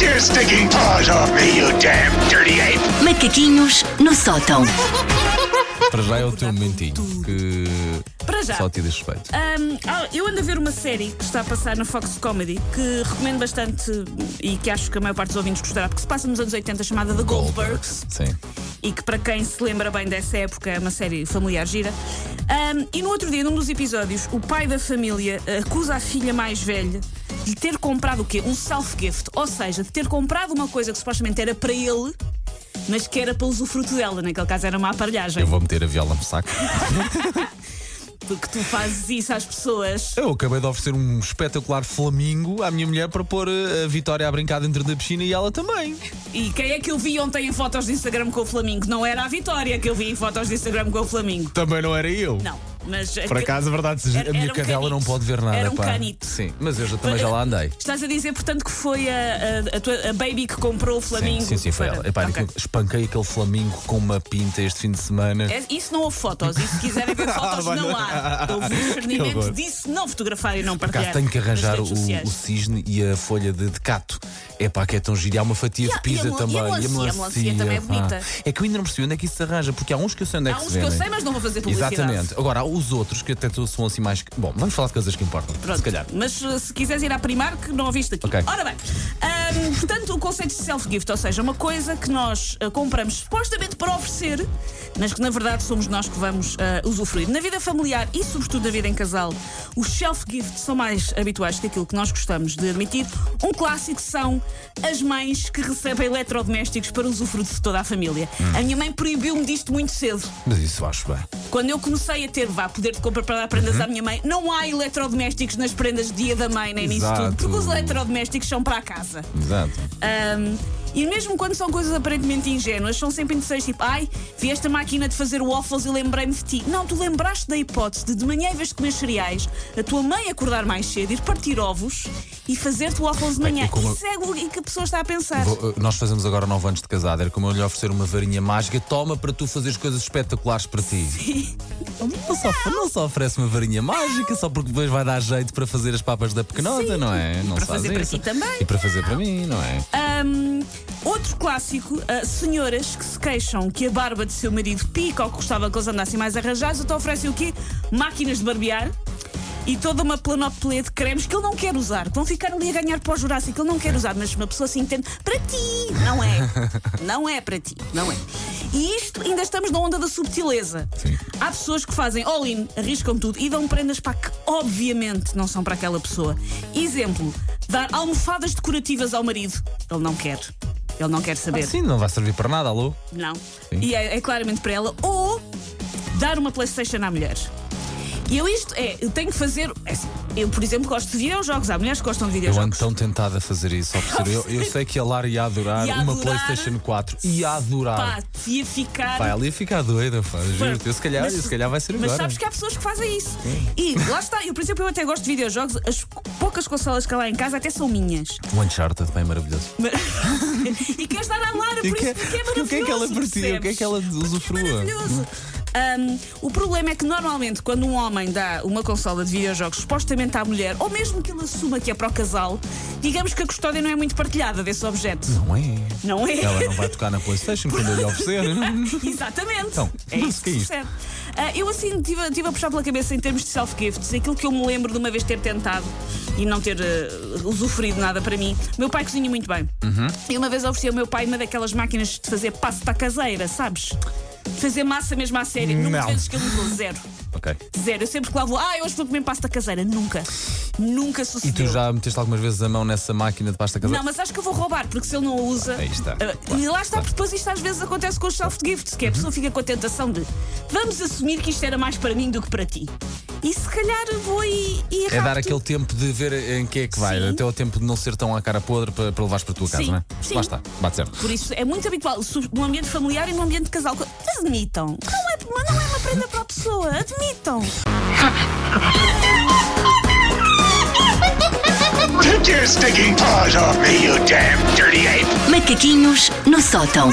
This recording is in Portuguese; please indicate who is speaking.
Speaker 1: your stinking paws off me, you damn dirty ape!
Speaker 2: Macaquinhos no sótão.
Speaker 3: Para já é o teu momentinho que
Speaker 4: Para já.
Speaker 3: só te diz respeito.
Speaker 4: Ahm, ah, eu ando a ver uma série que está a passar na Fox Comedy que recomendo bastante e que acho que a maior parte dos ouvintes gostará, porque se passa nos anos 80 chamada The Goldbergs.
Speaker 3: Sim.
Speaker 4: e que para quem se lembra bem dessa época é uma série familiar gira. Ahm, e no outro dia, num dos episódios, o pai da família acusa a filha mais velha de ter comprado o quê? Um self-gift, ou seja, de ter comprado uma coisa que supostamente era para ele, mas que era para usufruto dela, naquele caso era uma aparelhagem.
Speaker 3: Eu vou meter a viola no saco.
Speaker 4: Porque tu fazes isso às pessoas.
Speaker 3: Eu acabei de oferecer um espetacular flamingo à minha mulher para pôr eh, a Vitória a brincar dentro da piscina e ela também.
Speaker 4: E quem é que eu vi ontem em fotos de Instagram com o Flamingo? Não era a Vitória que eu vi em fotos de Instagram com o Flamingo.
Speaker 3: Também não era eu.
Speaker 4: Não, mas. eh,
Speaker 3: Por acaso, a verdade, seja,
Speaker 4: Era-
Speaker 3: a minha
Speaker 4: era um
Speaker 3: cadela
Speaker 4: canito.
Speaker 3: não pode ver nada.
Speaker 4: Era um
Speaker 3: pá.
Speaker 4: canito.
Speaker 3: Sim, mas eu já, também já lá andei.
Speaker 4: Estás a dizer, portanto, que foi a, a- a tua- a baby que comprou o Flamingo?
Speaker 3: Sim, sim, sim, foi
Speaker 4: Para-
Speaker 3: ela. Epá,
Speaker 4: Ok.
Speaker 3: eu Espanquei aquele flamingo com uma pinta este fim de semana.
Speaker 4: É- Isso não houve fotos, e se quiserem ver fotos,
Speaker 3: Ah,
Speaker 4: não
Speaker 3: bueno.
Speaker 4: há. Houve um
Speaker 3: Que horror.
Speaker 4: discernimento disso, não fotografar e não
Speaker 3: Por
Speaker 4: partilhar.
Speaker 3: acaso tenho que
Speaker 4: nas
Speaker 3: arranjar o,
Speaker 4: redes sociais.
Speaker 3: o cisne e a folha de, de cato. É pá, que é tão giro. E há uma fatia
Speaker 4: E a-
Speaker 3: de pizza
Speaker 4: e a mo-
Speaker 3: também.
Speaker 4: e a melancia, a melancia também é
Speaker 3: pá.
Speaker 4: bonita.
Speaker 3: É que eu ainda não percebi onde é que isso se arranja, porque há uns que eu sei onde é
Speaker 4: Há
Speaker 3: que
Speaker 4: uns
Speaker 3: se
Speaker 4: que eu
Speaker 3: vendem.
Speaker 4: sei, mas não vou fazer publicidade.
Speaker 3: Exatamente. Agora, há os outros que até são assim mais. Bom, vamos falar de coisas que importam.
Speaker 4: Pronto,
Speaker 3: Se calhar.
Speaker 4: Mas uh, se quiseres ir à Primark, não a viste aqui.
Speaker 3: Ok.
Speaker 4: Ora bem, ahm, portanto, o conceito de self-gift, ou seja, uma coisa que nós uh, compramos supostamente para oferecer, mas que na verdade somos nós que vamos uh, usufruir. Na vida familiar e sobretudo na vida em casal, os self-gifts são mais habituais que aquilo que nós gostamos de admitir. Um clássico são as mães que recebem eletrodomésticos para usufruto de toda a família.
Speaker 3: Hum.
Speaker 4: A minha mãe proibiu-me disto muito cedo.
Speaker 3: Mas isso eu acho bem.
Speaker 4: Quando eu comecei a ter, vá, poder de compra para dar
Speaker 3: Uhum.
Speaker 4: prendas à minha mãe, não há eletrodomésticos nas prendas de dia da mãe, nem nisso
Speaker 3: Exato.
Speaker 4: tudo, porque os eletrodomésticos são para a casa.
Speaker 3: Exato.
Speaker 4: Ahm, e mesmo quando são coisas aparentemente ingênuas, são sempre interessantes, tipo, ai, vi esta máquina de fazer waffles e lembrei-me de ti. Não, tu lembraste da hipótese de de manhã, em vez de comer cereais, a tua mãe acordar mais cedo, ir partir ovos e fazer-te waffles de
Speaker 3: Bem,
Speaker 4: manhã.
Speaker 3: e como-
Speaker 4: Isso é o que a pessoa está a pensar.
Speaker 3: Vou- eh, nós fazemos agora 9 anos de casado. Era como eu lhe oferecer uma varinha mágica. Toma para tu fazeres coisas espetaculares para ti. Não só, não só oferece uma varinha mágica, só porque depois vai dar jeito para fazer as papas da pequenota,
Speaker 4: Sim.
Speaker 3: não é? Não
Speaker 4: para
Speaker 3: se faz
Speaker 4: fazer para
Speaker 3: isso.
Speaker 4: ti também. Ah.
Speaker 3: E para fazer para mim, não é?
Speaker 4: Ahm, outro clássico, ah, senhoras que se queixam que a barba de seu marido pica ou que gostava que eles andassem mais arranjados, então oferecem o quê? Máquinas de barbear e toda uma planopelia de cremes que ele não quer usar, que vão ficar ali a ganhar para o Jurássico, que ele não quer usar, mas uma pessoa assim entende, para ti, não é. Não é para ti, não é. E isto ainda estamos na onda da subtileza.
Speaker 3: Sim.
Speaker 4: Há pessoas que fazem all-in, arriscam tudo e dão prendas para que obviamente não são para aquela pessoa. Exemplo, dar almofadas decorativas ao marido. Ele não quer. Ele não quer saber.
Speaker 3: Sim, não vai servir para nada, alô?
Speaker 4: Não. E é, é claramente para ela. Ou dar uma Playstation à mulher. E eu isto é, eu tenho que fazer. é assim, eu, por exemplo, gosto de videojogos. Há mulheres que gostam de
Speaker 3: Eu ando
Speaker 4: videojogos.
Speaker 3: tão tentado a fazer isso, oferecer. Eu, eu sei que a Lara ia adorar
Speaker 4: Ia
Speaker 3: uma
Speaker 4: adorar.
Speaker 3: PlayStation 4. Ia adorar.
Speaker 4: Pá, ia ficar.
Speaker 3: Vai ali ficar doida, pá. Juro-te. Eu Se calhar,
Speaker 4: Mas-
Speaker 3: eu se calhar vai ser
Speaker 4: Mas
Speaker 3: agora.
Speaker 4: sabes que há pessoas que fazem isso. E lá está, eu, por exemplo, eu até gosto de videojogos, as poucas consolas que há lá em casa até são minhas.
Speaker 3: O Uncharted, bem maravilhoso.
Speaker 4: Mas- e queres dar à Lara, por
Speaker 3: E
Speaker 4: isso
Speaker 3: que-
Speaker 4: porque é maravilhoso.
Speaker 3: porque o que é que ela
Speaker 4: percebes?
Speaker 3: partiu? O que é que ela usufrua?
Speaker 4: Maravilhoso. Ahm, o problema é que normalmente quando um homem dá uma consola de videojogos supostamente à mulher, ou mesmo que ele assuma que é para o casal, digamos que a custódia não é muito partilhada desse objeto.
Speaker 3: Não é?
Speaker 4: Não é?
Speaker 3: Ela não vai tocar na PlayStation quando eu lhe oferecer. não?
Speaker 4: Exatamente.
Speaker 3: Então,
Speaker 4: é
Speaker 3: mas
Speaker 4: isso
Speaker 3: que
Speaker 4: que
Speaker 3: é isto?
Speaker 4: sucede. Ah, eu assim estive a puxar pela cabeça em termos de self-gifts, aquilo que eu me lembro de uma vez ter tentado e não ter ah, usufruído nada para mim. Meu pai cozinha muito bem.
Speaker 3: Uhum.
Speaker 4: E uma vez ofereci ao meu pai uma daquelas máquinas de fazer pasta caseira, sabes? De Fazer massa mesmo à série. Número de
Speaker 3: Não.
Speaker 4: vezes que ele me deu zero.
Speaker 3: Ok.
Speaker 4: Zero. Eu sempre que lá vou, ah, hoje vou comer pasta caseira. Nunca. Nunca
Speaker 3: E
Speaker 4: sucedeu.
Speaker 3: tu já meteste algumas vezes a mão nessa máquina de pasta caseira?
Speaker 4: Não, mas acho que eu vou roubar, porque se ele não a usa.
Speaker 3: Aí está.
Speaker 4: Ah, e lá está, porque depois isto às vezes acontece com os self-gifts, que é a pessoa fica com a tentação de vamos assumir que isto era mais para mim do que para ti. E se calhar vou e, e
Speaker 3: É dar
Speaker 4: rapto.
Speaker 3: aquele tempo de ver em que é que vai,
Speaker 4: Sim.
Speaker 3: até o tempo de não ser tão à cara podre para, para levares para a tua casa,
Speaker 4: Sim,
Speaker 3: não é?
Speaker 4: sim.
Speaker 3: Lá está, bate certo.
Speaker 4: Por isso é muito habitual, su- num ambiente familiar e num ambiente de casal. Admitam. Não é, mas não é uma prenda para a pessoa. Admitam.
Speaker 1: Take your stinking paws off me, you damn dirty ape!
Speaker 2: Macaquinhos no sótão.